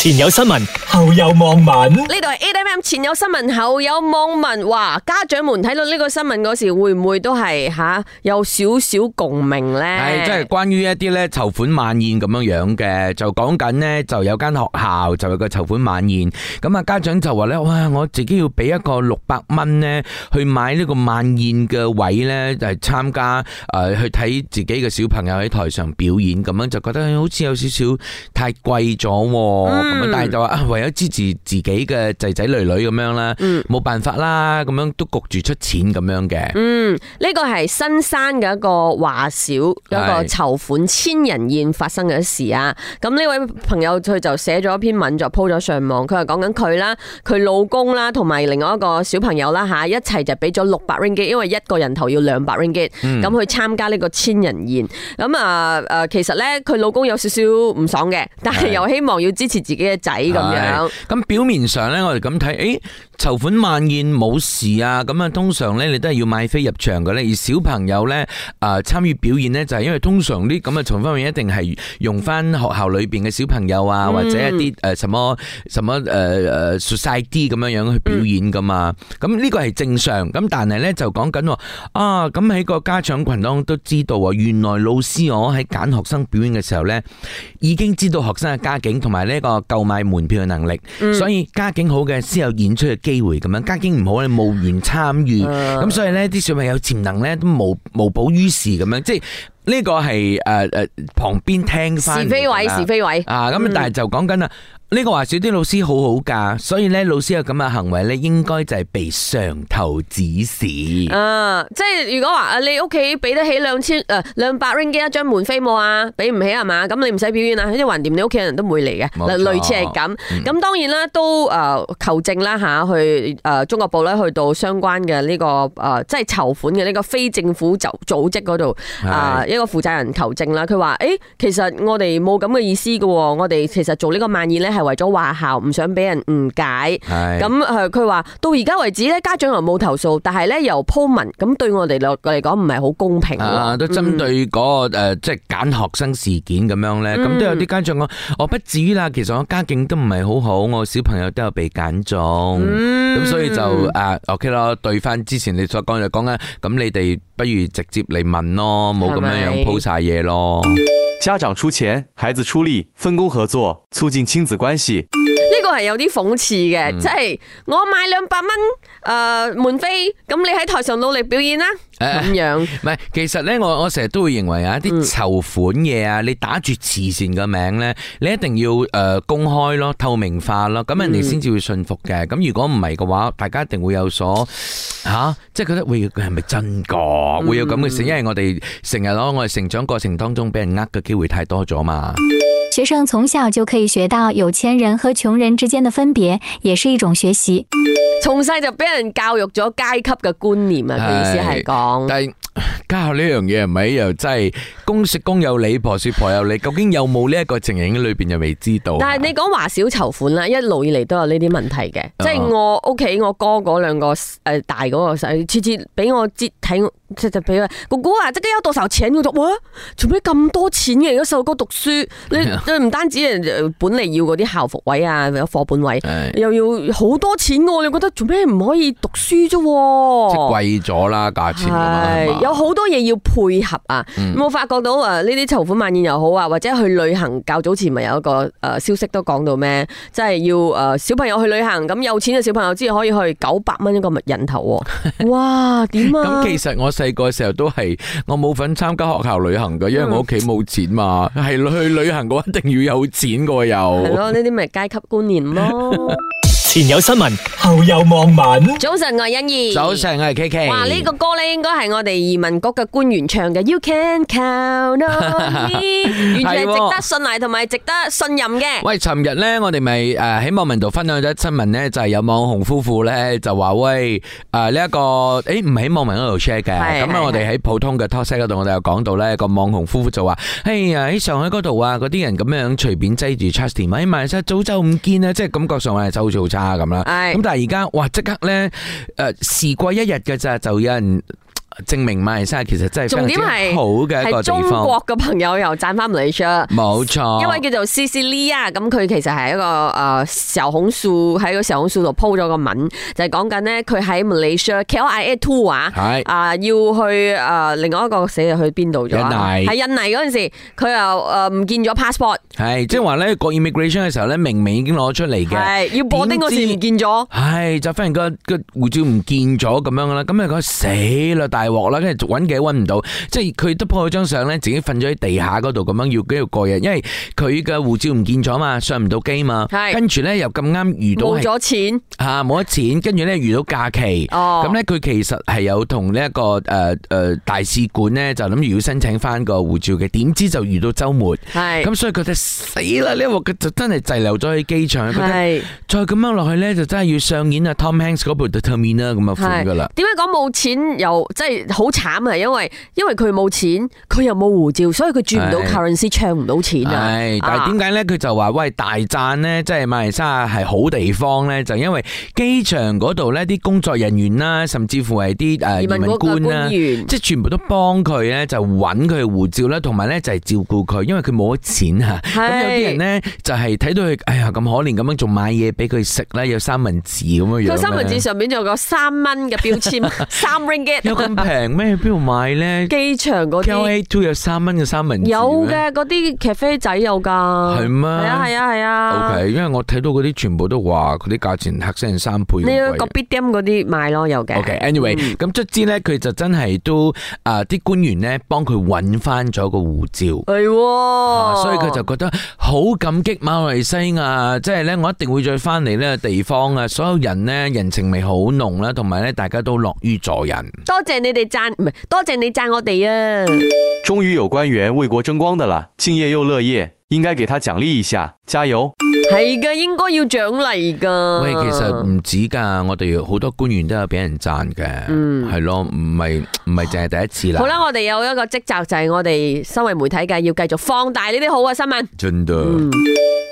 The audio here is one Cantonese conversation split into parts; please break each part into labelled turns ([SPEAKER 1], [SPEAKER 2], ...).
[SPEAKER 1] 前有新聞，後有網
[SPEAKER 2] 嗯
[SPEAKER 1] 民。
[SPEAKER 3] 呢度係 A M 前有新聞，後有網民話，家長們睇到呢個新聞嗰時，會唔會都係吓、有少少共鳴呢？
[SPEAKER 2] 係即係關於一啲咧籌款晚宴咁樣樣嘅，就講緊呢，就有間學校就有個籌款晚宴，咁啊家長就話呢：「哇，我自己要俾一個六百蚊呃呢，去買呢個晚宴嘅位呢，就係參加誒、呃去睇自己嘅小朋友喺台上表演，咁樣就覺得哎好似有少少太貴咗喎，咁樣、
[SPEAKER 3] 嗯
[SPEAKER 2] 但係就話啊為咗支持自己嘅仔仔女女咁樣啦，
[SPEAKER 3] 嗯
[SPEAKER 2] 冇、辦法啦，咁樣都焗住出錢咁樣嘅。
[SPEAKER 3] 嗯，呢個係新山嘅一個華小有一個籌款千人宴發生嘅事啊！咁呢位朋友佢就寫咗一篇文就鋪咗上網，佢係講緊佢啦、佢老公啦，同埋另外一個小朋友啦吓，一齊就俾咗六百 ringgit，因為一個人頭要兩百 ringgit，咁
[SPEAKER 2] 嗯
[SPEAKER 3] 去參加呢個千人宴。咁啊誒，其實咧佢老公有少少唔爽嘅，但係
[SPEAKER 2] 係
[SPEAKER 3] 又希望要支持自己嘅仔咁樣
[SPEAKER 2] 係。咁表面上咧，我哋咁睇，誒籌款晚宴冇事啊，咁啊通常咧你都係要買飛入場嘅咧，而小朋友咧誒參與表演咧，就係因為通常啲咁嘅啊籌款晚宴一定係用翻學校裏邊嘅小朋友啊，
[SPEAKER 3] 嗯
[SPEAKER 2] 或者一啲誒什麼什麼誒誒 society 咁樣樣去表演噶嘛，咁呢個係正常，咁但係咧就講緊喎啊，咁喺個家長群當中都知道啊，原來老師我喺揀學生表演嘅時候咧。已經知道學生嘅家境同埋呢個購買門票嘅能力，
[SPEAKER 3] 嗯
[SPEAKER 2] 所以家境好嘅先有演出嘅機會咁樣，家境唔好咧無緣參與，
[SPEAKER 3] 啊
[SPEAKER 2] 咁、所以呢啲小朋友潛能咧都無無補於事咁樣，即係呢個係誒誒旁邊聽翻
[SPEAKER 3] 是非位，是非嗯位。
[SPEAKER 2] 啊，咁但係就講緊啦。呢個話少啲老師好好㗎，所以呢，老師有咁嘅行為呢，應該就係被上頭指示。
[SPEAKER 3] 啊，即系如果话啊，你屋企俾得起兩千诶两百 ringgit 一張門飛冇啊？俾唔起係嘛？咁你唔使表演啊啦，因為橫掂你屋企人都唔會嚟嘅，
[SPEAKER 2] 冇錯
[SPEAKER 3] 類類似係咁。
[SPEAKER 2] 嗯
[SPEAKER 3] 咁、當然啦，都诶、呃求證啦吓，去诶、呃中國部咧去到相關嘅呢、個个呃即係籌款嘅呢個非政府就組織嗰度啊一個負責人求證啦。佢話：诶、其實我哋冇咁嘅意思嘅喎，我哋其實做呢個晚宴咧係為咗華校，唔想俾人誤解。
[SPEAKER 2] 係
[SPEAKER 3] 咁誒，佢話到而家為止咧，家長又冇投訴，但係咧又鋪文，咁對我哋嚟嚟講唔係好公平喎
[SPEAKER 2] 啊，都針對嗰、個、呃即係揀學生事件咁樣咧，咁、
[SPEAKER 3] 嗯
[SPEAKER 2] 都有啲家長講，我不至於啦，其實我家境都唔係好好，我小朋友都有被揀中，咁、
[SPEAKER 3] 嗯
[SPEAKER 2] 所以就啊 OK 咯，對翻之前你所講就講緊，咁你哋不如直接嚟問咯，冇咁樣
[SPEAKER 3] 係咪
[SPEAKER 2] 樣鋪晒嘢咯。
[SPEAKER 4] 家长出钱，孩子出力，分工合作，促进亲子关系。
[SPEAKER 3] 呢個係有啲諷刺嘅，即係我買兩百蚊誒門飛，咁你喺台上努力表演啦，
[SPEAKER 2] 誒
[SPEAKER 3] 咁樣
[SPEAKER 2] 唔係，其實咧，我我成日都會認為啊，啲籌款嘢啊，你打住慈善嘅名咧，你一定要誒、呃公開咯、透明化咯，咁人哋先至會信服嘅。咁、如果唔係嘅話，大家一定會有所嚇、即係覺得會佢係咪真㗎？會有咁嘅事，因為我哋成日咯，我哋成長過程當中俾人呃嘅機會太多咗嘛。
[SPEAKER 5] 学生从小就可以学到有钱人和穷人之间的分别，也是一种学习。
[SPEAKER 3] 從細就俾人教育咗階級嘅觀念啊，佢意思係講。
[SPEAKER 2] 但係家下呢樣嘢係咪又真係公説公有理，婆説婆有理？究竟有冇呢一個情形裏邊又未知道？
[SPEAKER 3] 但係你講華小籌款啦，一路以嚟都有呢啲問題嘅，即係
[SPEAKER 2] 啊
[SPEAKER 3] 我屋企我哥嗰兩個誒大嗰個細，次次俾我截睇，即係俾佢姑姑啊，即刻有多少錢我就哇，做咩咁多錢嘅？而家細路哥讀書， 你你唔單止係本嚟要嗰啲校服位啊，有課本位，
[SPEAKER 2] 係
[SPEAKER 3] 又要好多錢喎，你覺得做咩唔可以讀書啫
[SPEAKER 2] 即係
[SPEAKER 3] 喎？
[SPEAKER 2] 貴咗啦，價錢咁樣係
[SPEAKER 3] 哦係
[SPEAKER 2] 嘛
[SPEAKER 3] 有好多嘢要配合啊！
[SPEAKER 2] 嗯
[SPEAKER 3] 我發覺到啊，呢啲籌款晚宴又好啊，或者去旅行，較早前咪有一個誒、呃消息都講到咩，即係要誒、呃小朋友去旅行，咁有錢嘅小朋友先可以去九百蚊一個人 頭喎，哇點啊
[SPEAKER 2] 咁？其實我細個嘅時候都係我冇份參加學校旅行嘅，因為
[SPEAKER 3] 嗯
[SPEAKER 2] 我屋企冇錢嘛。係去旅行嘅話，一定要有錢嘅
[SPEAKER 3] 係
[SPEAKER 2] 又。
[SPEAKER 3] 咯，呢啲咪階級觀念 咯。
[SPEAKER 1] 前有新聞，後有網民。
[SPEAKER 3] 早晨，我係欣怡。
[SPEAKER 2] 早。晨，我係 K K。
[SPEAKER 3] 哇！呢、個歌咧，應該係我哋移民局嘅官員唱嘅，You can count on me，完全係值得信賴同埋值得信任 嘅。
[SPEAKER 2] 喂，尋日咧，我哋咪呃誒喺網民度分享咗一則新聞咧，就係有網紅夫婦咧就話喂誒呢一個誒唔喺網民嗰度 share 嘅，
[SPEAKER 3] 係
[SPEAKER 2] 咁
[SPEAKER 3] 係
[SPEAKER 2] 啊我哋喺普通嘅 talk set 嗰度，我哋有講到咧個網紅夫婦就話：，誒喺上海嗰度啊，嗰啲人咁樣隨便擠住 Justin，喺馬來西亞早就唔見啦，即係感覺上我哋手做差咁啦。
[SPEAKER 3] 係
[SPEAKER 2] 咁但係而家哇即刻咧誒、呃、時過一日嘅咋，就有人。證明馬來西亞其實真係
[SPEAKER 3] 重
[SPEAKER 2] 非
[SPEAKER 3] 點
[SPEAKER 2] 常
[SPEAKER 3] 係
[SPEAKER 2] 之好嘅一個
[SPEAKER 3] 係中
[SPEAKER 2] 地方，哦
[SPEAKER 3] 國嘅朋友又賺翻 Malaysia。
[SPEAKER 2] 冇錯。
[SPEAKER 3] 一位叫做 C C Lee 啊，咁佢其實係一個誒小紅書喺個小紅書度 po 咗個文，就係講緊咧佢喺 Malaysia KLIA tour 啊。
[SPEAKER 2] 係
[SPEAKER 3] 啊，要去誒、呃另外一個死就去邊度咗啊？
[SPEAKER 2] 印尼
[SPEAKER 3] 喺印尼嗰陣時，佢又誒唔見咗 passport，
[SPEAKER 2] 係即係話咧過 immigration 嘅時候咧，明明已經攞出嚟嘅。
[SPEAKER 3] 係要 boarding 嗰時唔見咗。
[SPEAKER 2] 唉，就發現個個護照唔見咗咁樣啦，咁啊佢死啦大鑊啦，跟住揾嘅揾唔到，即係佢都 po 咗張相咧，自己瞓咗喺地下嗰度咁樣要跟住過夜，因為佢嘅護照唔見咗嘛，上唔到機嘛，
[SPEAKER 3] 係
[SPEAKER 2] 跟住咧又咁啱遇到
[SPEAKER 3] 冇
[SPEAKER 2] 係
[SPEAKER 3] 咗錢
[SPEAKER 2] 啊冇得錢，跟住咧遇到假期。
[SPEAKER 3] 哦，
[SPEAKER 2] 咁咧，佢其實係有同呢一個誒誒大使館咧，就諗住要申請翻個護照嘅，點知就遇到週末，
[SPEAKER 3] 係
[SPEAKER 2] 咁所以佢就死啦！呢一鑊佢就真係滯留咗喺機場，覺得
[SPEAKER 3] 係
[SPEAKER 2] 再咁樣落去咧，就真係要上演啊 Tom Hanks 嗰部 The Terminal 咁嘅款噶啦。
[SPEAKER 3] 點解講冇錢又即係好慘啊？因為因為佢冇錢，佢又冇護照，所以佢轉唔到
[SPEAKER 2] 係
[SPEAKER 3] currency，唱唔到錢啊。
[SPEAKER 2] 係，但係點解咧？佢就話喂大讚咧，即係馬來西亞係好地方咧，就因為機場嗰度咧啲工作人員啦，甚至乎係啲誒移
[SPEAKER 3] 移民局
[SPEAKER 2] 民
[SPEAKER 3] 嘅
[SPEAKER 2] 官啦
[SPEAKER 3] 官。員
[SPEAKER 2] 即係全部都幫佢咧，就揾佢護照啦，同埋咧就係照顧佢，因為佢冇咗錢啊。咁有啲人
[SPEAKER 3] 係。
[SPEAKER 2] 咧就係睇到佢，哎呀咁可憐咁樣，仲買嘢俾佢食啦，有三文治咁樣樣。
[SPEAKER 3] 佢三文治上面仲有個三蚊嘅 標籤，三 ringgit。
[SPEAKER 2] 有咁平咩？邊度買咧
[SPEAKER 3] 機場 嗰啲
[SPEAKER 2] KLA Two 有三蚊嘅三文治
[SPEAKER 3] 有嘅，嗰啲咖啡仔有㗎。
[SPEAKER 2] 係咩
[SPEAKER 3] 係啊係啊係啊。
[SPEAKER 2] O K，因為我睇到嗰啲全部都話佢啲價錢黑成三倍咁
[SPEAKER 3] 你要
[SPEAKER 2] 貴
[SPEAKER 3] 個 b i d 嗰啲買咯，有嘅。嗯
[SPEAKER 2] OK，anyway，咁卒之咧，佢就真係都啊啲官員咧幫佢揾翻咗個護照。
[SPEAKER 3] 係
[SPEAKER 2] 啊
[SPEAKER 3] 喎，
[SPEAKER 2] 所以佢就覺得好感激馬來西亞，即係咧，我一定會再翻嚟呢個地方啊！所有人呢，人情味好濃啦，同埋咧，大家都樂於助人。
[SPEAKER 3] 多謝你哋讚，唔係多謝你讚我哋啊！
[SPEAKER 4] 终于有官员为国争光的了，敬业又乐业，应该给他奖励一下，加油！
[SPEAKER 3] 係嘅，應該要獎勵㗎。
[SPEAKER 2] 喂，其實唔止㗎，我哋好多官員都有俾人讚嘅，
[SPEAKER 3] 嗯
[SPEAKER 2] 係咯，唔係唔係淨係第一次啦。
[SPEAKER 3] 好啦，我哋有一個職責就係我哋身為媒體嘅要繼續放大呢啲好嘅新聞。
[SPEAKER 2] 真的。
[SPEAKER 3] 嗯，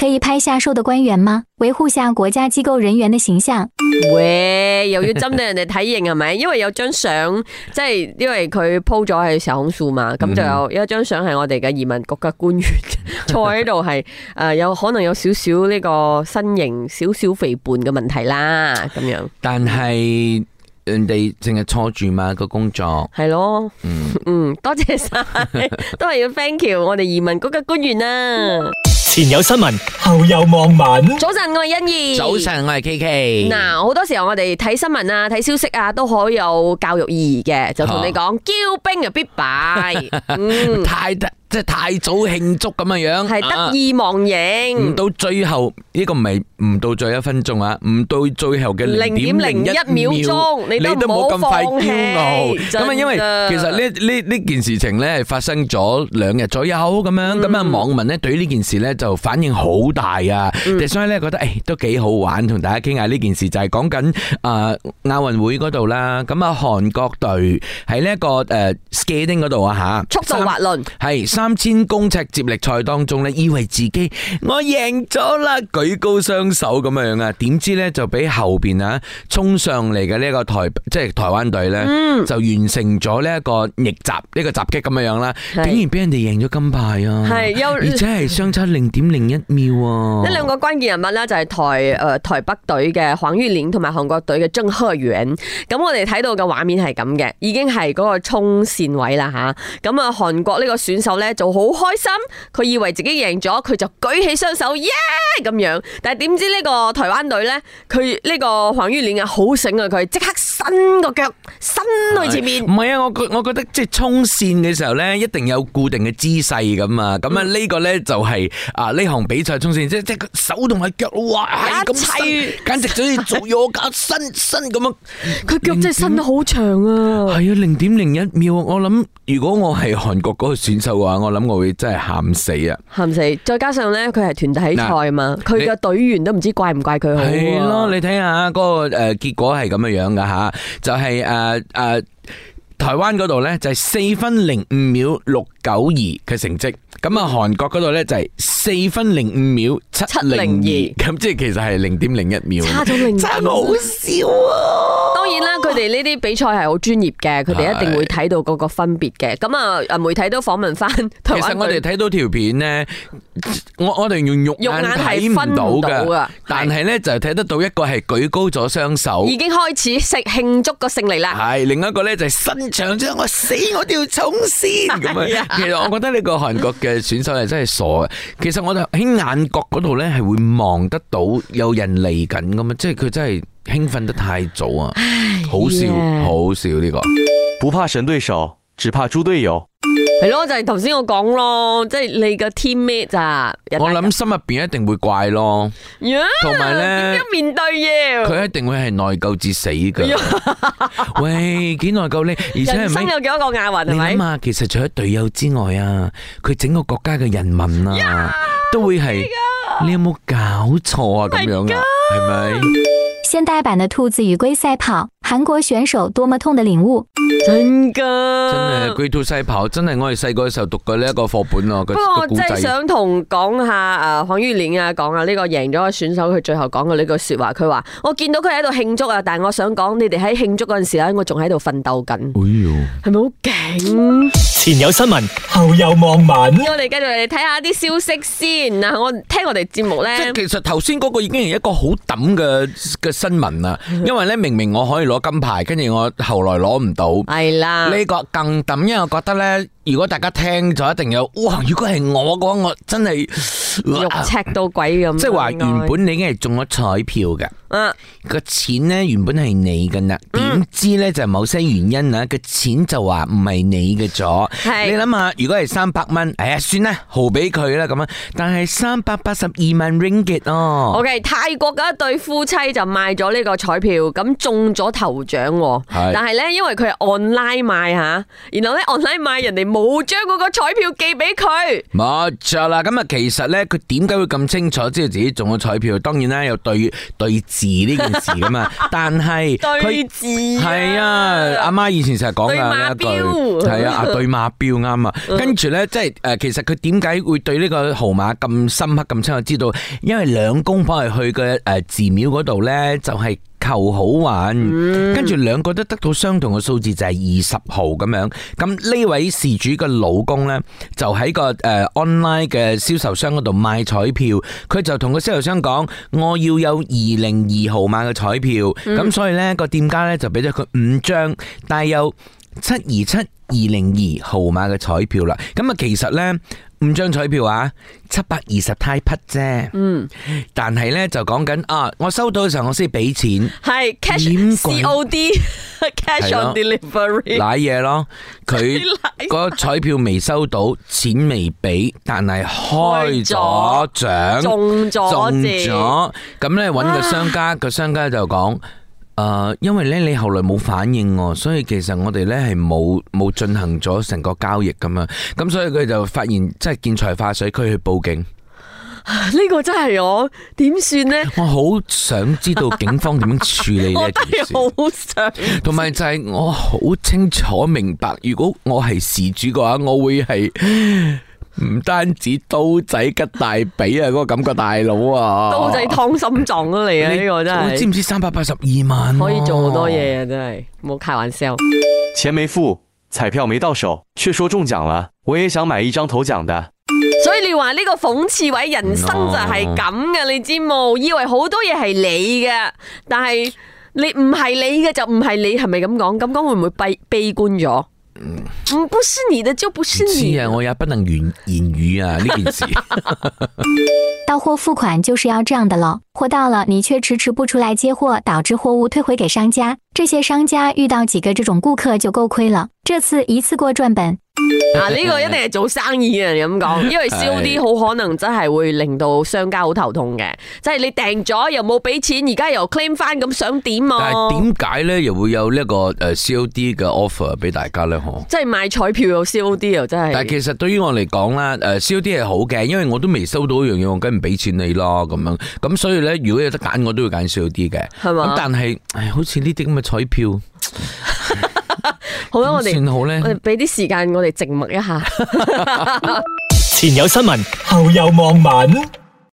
[SPEAKER 5] 可以拍下瘦的官员吗？维护下国家机构人员的形象。
[SPEAKER 3] 喂，又要針對人哋體型係咪？因為有張相，即係因為佢 po 咗喺小紅書嘛，咁就有一張相係我哋嘅移民局嘅官員 坐喺度，係誒有可能有少少呢個身形少少肥胖嘅問題啦，咁樣
[SPEAKER 2] 但係人哋淨係坐住嘛個工作，
[SPEAKER 3] 係咯，
[SPEAKER 2] 嗯，
[SPEAKER 3] 嗯，多謝 晒，都係要 thank you 我哋移民局嘅官員啦。
[SPEAKER 1] 前有新聞，後有望文。
[SPEAKER 3] 早晨，我係欣怡。
[SPEAKER 2] 早晨，我係 K K。
[SPEAKER 3] 嗱，好多時候我哋睇新聞啊、睇消息啊，都可有教育意義嘅。就同你講，驕兵啊必敗， 嗯，
[SPEAKER 2] 太得即係太早慶祝咁嘅樣，
[SPEAKER 3] 係
[SPEAKER 2] 啊
[SPEAKER 3] 得意忘
[SPEAKER 2] 唔
[SPEAKER 3] 形。
[SPEAKER 2] 到最後呢、個唔係唔到最後一分鐘啊，唔到最後嘅
[SPEAKER 3] 零
[SPEAKER 2] 零
[SPEAKER 3] 點
[SPEAKER 2] 點
[SPEAKER 3] 零
[SPEAKER 2] 零
[SPEAKER 3] 一
[SPEAKER 2] 一
[SPEAKER 3] 秒
[SPEAKER 2] 秒
[SPEAKER 3] 鐘你
[SPEAKER 2] 你
[SPEAKER 3] 都
[SPEAKER 2] 都
[SPEAKER 3] 唔好
[SPEAKER 2] 冇咁快驕傲。
[SPEAKER 3] 放棄真
[SPEAKER 2] 咁啊，因為
[SPEAKER 3] 㗎
[SPEAKER 2] 其實呢呢呢件事情咧係發生咗兩日左右咁樣，咁啊網民咧對呢件事咧就反應好大啊，所以咧覺得誒都幾好玩，同大家傾下呢件事就係講緊啊亞運會嗰度啦，咁啊韓國隊喺呢一個誒 skating 嗰度啊
[SPEAKER 3] 速
[SPEAKER 2] 嚇，
[SPEAKER 3] 度滑 輪，
[SPEAKER 2] 系三千公尺接力賽當中咧，以為自己我贏咗啦，舉高雙手咁樣啊，點知咧就俾後边啊衝上嚟嘅呢一個台即係台灣隊咧，就完成咗呢一個逆襲呢、個襲擊咁樣樣啦，
[SPEAKER 3] 係
[SPEAKER 2] 竟然俾人哋贏咗金牌啊！
[SPEAKER 3] 係 有
[SPEAKER 2] 而且係相差零點零一秒啊！
[SPEAKER 3] 呢兩個關鍵人物咧就係台誒、呃台北隊嘅黃玉玲同埋韓國隊嘅曾赫遠。咁我哋睇到嘅畫面係咁嘅，已經係嗰個衝線位啦吓，咁啊韓國呢個選手咧就好開心，佢以為自己贏咗，佢就舉起雙手耶咁樣。但係點知呢個台灣隊咧，佢呢個黃玉玲啊好醒啊，佢即刻伸個腳伸去前面
[SPEAKER 2] 唔。係啊，我覺我覺得即係衝線嘅時候咧，一定有固定嘅姿勢咁啊。咁啊，呢個咧就係啊呢項比賽衝線，即即係手同埋腳，哇，係咁
[SPEAKER 3] 一
[SPEAKER 2] 伸，簡直就好似做瑜伽伸伸咁樣。
[SPEAKER 3] 佢腳真係伸得好長
[SPEAKER 2] 係
[SPEAKER 3] 啊！
[SPEAKER 2] 啊，零點零一秒，我諗如果我係韓國嗰個選手嘅話，我諗我會真係喊死啊！
[SPEAKER 3] 喊死！再加上咧，佢係團體賽嘛，佢嘅隊員都唔知怪唔怪佢好啊。
[SPEAKER 2] 係咯，你睇下嗰個誒結果係咁嘅樣噶吓，就係誒誒。台灣嗰度呢就係四分零五秒六九二嘅成績，咁啊韓國嗰度呢就係四分零五秒七零
[SPEAKER 3] 702
[SPEAKER 2] 二，咁即係其實係零點零一秒，
[SPEAKER 3] 差咗零點
[SPEAKER 2] 差好少啊！
[SPEAKER 3] 當然啦，佢哋呢啲比賽係好專業嘅，佢哋一定會睇到嗰個分別嘅。咁啊，啊媒體都訪問翻台
[SPEAKER 2] 其
[SPEAKER 3] 灣
[SPEAKER 2] 實我
[SPEAKER 3] 隊
[SPEAKER 2] 哋睇到條片呢，我我哋用肉
[SPEAKER 3] 肉眼
[SPEAKER 2] 眼睇
[SPEAKER 3] 係分唔
[SPEAKER 2] 唔到
[SPEAKER 3] 到
[SPEAKER 2] 嘅
[SPEAKER 3] 噶，
[SPEAKER 2] 但係呢就睇得到一個係舉高咗雙手。
[SPEAKER 3] 已經開始食慶祝個勝利啦。
[SPEAKER 2] 系另一個咧就係伸長咗我死我都要衝先 咁
[SPEAKER 3] 係
[SPEAKER 2] 樣
[SPEAKER 3] 啊。
[SPEAKER 2] 其實我覺得呢個韓國嘅選手係真係傻嘅。其實我哋喺眼角嗰度咧係會望得到有人嚟緊噶嘛，即係佢真係興奮得太早啊！好笑，
[SPEAKER 3] Yeah
[SPEAKER 2] 好笑呢個。
[SPEAKER 4] 不怕神对手，只怕猪队友。
[SPEAKER 3] 係咯，就係頭先我講咯，即係你個 teammate 咋？
[SPEAKER 2] 我諗心入邊一定會怪咯，
[SPEAKER 3] 呀，
[SPEAKER 2] 同埋呢
[SPEAKER 3] 點樣面對要？
[SPEAKER 2] 佢一定會係內疚至死噶
[SPEAKER 3] 哎呀。
[SPEAKER 2] 喂，幾內疚呢？而且
[SPEAKER 3] 人
[SPEAKER 2] 係
[SPEAKER 3] 生
[SPEAKER 2] 咪？
[SPEAKER 3] 有幾多個亞運係
[SPEAKER 2] 你
[SPEAKER 3] 咪
[SPEAKER 2] 諗？下，其實除咗隊友之外啊，佢整個國家嘅人民啊，都會係
[SPEAKER 3] 啊
[SPEAKER 2] 你有冇搞錯啊？咁
[SPEAKER 3] Oh
[SPEAKER 2] 樣啊，係咪？
[SPEAKER 5] 现代版的兔子与龟赛跑，韩国选手多么痛的领悟。
[SPEAKER 3] 真噶，
[SPEAKER 2] 真係 Great to 西跑，真係我哋細個嘅時候讀嘅呢一個課本啊，個
[SPEAKER 3] 不過
[SPEAKER 2] 個
[SPEAKER 3] 我
[SPEAKER 2] 故
[SPEAKER 3] 真係
[SPEAKER 2] 仔。
[SPEAKER 3] 想同講下啊黃于蓮啊，講下呢個贏咗嘅選手，佢最後講嘅呢句说話，佢話：我見到佢喺度慶祝啊，但係我想講，你哋喺慶祝嗰阵时咧，我仲喺度奮鬥緊，
[SPEAKER 2] 哎呦！
[SPEAKER 3] 係咪好勁？
[SPEAKER 1] 前有新聞，後有網民。
[SPEAKER 3] 嗯我哋繼續嚟睇下啲消息先嗱，我聽我哋節目
[SPEAKER 2] 即
[SPEAKER 3] 咧
[SPEAKER 2] 係。其實頭先嗰個已經係一個好抌嘅嘅新聞啦，
[SPEAKER 3] 嗯
[SPEAKER 2] 因為咧明明我可以攞金牌，跟住我後來攞唔到。
[SPEAKER 3] 係啦，
[SPEAKER 2] 呢個更抌，因為我覺得咧，如果大家聽咗一定有，哇！如果係我嘅話，我真係
[SPEAKER 3] 肉赤到鬼咁。
[SPEAKER 2] 即係話原
[SPEAKER 3] 應
[SPEAKER 2] 本你已經係中咗彩票嘅，
[SPEAKER 3] 該啊，
[SPEAKER 2] 個錢咧原本係你嘅啦，
[SPEAKER 3] 嗯
[SPEAKER 2] 點知咧就某些原因啊，個錢就話唔係你嘅咗。
[SPEAKER 3] 係
[SPEAKER 2] 你諗下，如果係三百蚊，哎呀算啦，豪俾佢啦咁樣。但係三百八十二萬 ringgit 哦，
[SPEAKER 3] OK，泰國嘅一對夫妻就賣咗呢個彩票，咁中咗頭獎喎。
[SPEAKER 2] 係
[SPEAKER 3] 但係咧，因為佢係 online 賣嚇，然後咧 online 賣人哋冇將嗰個彩票寄俾佢，
[SPEAKER 2] 冇錯啦。咁啊，其實咧佢點解會咁清楚知道自己中咗彩票？當然啦，有對對字呢件事 噶嘛。但係
[SPEAKER 3] 對
[SPEAKER 2] 佢。
[SPEAKER 3] 字
[SPEAKER 2] 系啊，阿媽以前成日講
[SPEAKER 3] 對
[SPEAKER 2] 噶呢
[SPEAKER 3] 馬
[SPEAKER 2] 一句，
[SPEAKER 3] 標
[SPEAKER 2] 係啊，啊對馬標啱啊。跟住咧，即係诶，其實佢點解會對呢個號碼咁深刻、咁清楚知道？因為兩公婆係去嘅诶寺廟嗰度咧，就係求好運，跟住兩個都得到相同嘅數字，就係二十號咁樣。咁呢位事主嘅老公咧，就喺個诶 online 嘅銷售商嗰度賣彩票，佢就同個銷售商講：我要有二零二號碼嘅彩票。咁、所以呢個店家呢，就俾咗佢五張，帶有七二七二零二號碼嘅彩票啦。咁啊，其實呢，五張彩票啊，七百二十 t 匹啫。嗯，但係呢，就講緊啊，我收到嘅時候我先俾錢。
[SPEAKER 3] 係
[SPEAKER 2] 點
[SPEAKER 3] cash
[SPEAKER 2] 鬼
[SPEAKER 3] COD cash
[SPEAKER 2] 係咯
[SPEAKER 3] on delivery，
[SPEAKER 2] 濑嘢咯， 佢
[SPEAKER 3] 你賴
[SPEAKER 2] 個彩票未收到，錢未俾，但係開咗獎，
[SPEAKER 3] 中咗
[SPEAKER 2] 中
[SPEAKER 3] 字
[SPEAKER 2] 咗，咁咧揾個商家，個商家就講：诶、因為咧你後來冇反應喎，所以其實我哋咧係冇冇进行咗成個交易咁啊，咁所以佢就發現即係見財化水，佢去報警。
[SPEAKER 3] 呢個真係我點算呢？
[SPEAKER 2] 我好想知道警方點樣處理呢
[SPEAKER 3] 我
[SPEAKER 2] 一
[SPEAKER 3] 真係好
[SPEAKER 2] 件事。
[SPEAKER 3] 想。
[SPEAKER 2] 同埋就係我好清楚明白，如果我係事主嘅話，我會係 唔單止刀仔吉大髀啊，嗰、個感覺大佬啊，
[SPEAKER 3] 刀仔劏心臟啊！你啊，呢個真
[SPEAKER 2] 你知唔
[SPEAKER 3] 係
[SPEAKER 2] 知三百八十二萬啊
[SPEAKER 3] 可以做好多。嘢啊！真係冇開玩笑。
[SPEAKER 4] 钱没付，彩票没到手，却说中奖了。我也想买一张头奖的。
[SPEAKER 3] 所以你話呢個諷刺位人生就係咁嘅，你知冇？以為好多嘢係你嘅，但係你唔係你嘅就唔係你，係咪咁講？咁講會唔會
[SPEAKER 2] 嗯
[SPEAKER 3] 悲悲觀咗？唔，不是你的就不是你
[SPEAKER 2] 知
[SPEAKER 3] 的
[SPEAKER 2] 啊，。我也不能言言語啊呢件事。
[SPEAKER 5] 到货付款就是要这样的喽，货到了你却迟迟不出来接货，导致货物退回给商家。这些商家遇到几个这种顾客就够亏了，这次一次过赚本。
[SPEAKER 3] 嗱，啊呢個一定係做生意嘅人咁講，因為燒啲好可能真係會令到商家好頭痛嘅，即係你訂咗又冇俾錢，而家又 claim 翻，咁想點
[SPEAKER 2] 但
[SPEAKER 3] 啊？
[SPEAKER 2] 係點解咧又會有呢一個呃誒 COD 嘅 offer 俾大家咧？嗬？
[SPEAKER 3] 即係買彩票又 COD 又真
[SPEAKER 2] 但係
[SPEAKER 3] 係。
[SPEAKER 2] 其實對於我嚟講啦，呃誒 COD 係好嘅，因為我都未收到一樣嘢，我梗唔俾錢你咯咁樣。咁所以咧，如果有得揀，我都會揀 COD 嘅。
[SPEAKER 3] 係嘛
[SPEAKER 2] 咁但係，唉，好似呢啲咁嘅彩票，
[SPEAKER 3] 好啦，我
[SPEAKER 2] 點
[SPEAKER 3] 哋
[SPEAKER 2] 算好咧
[SPEAKER 3] 我。哋俾啲時間我哋靜默一下。
[SPEAKER 1] 前有新聞，後有網民。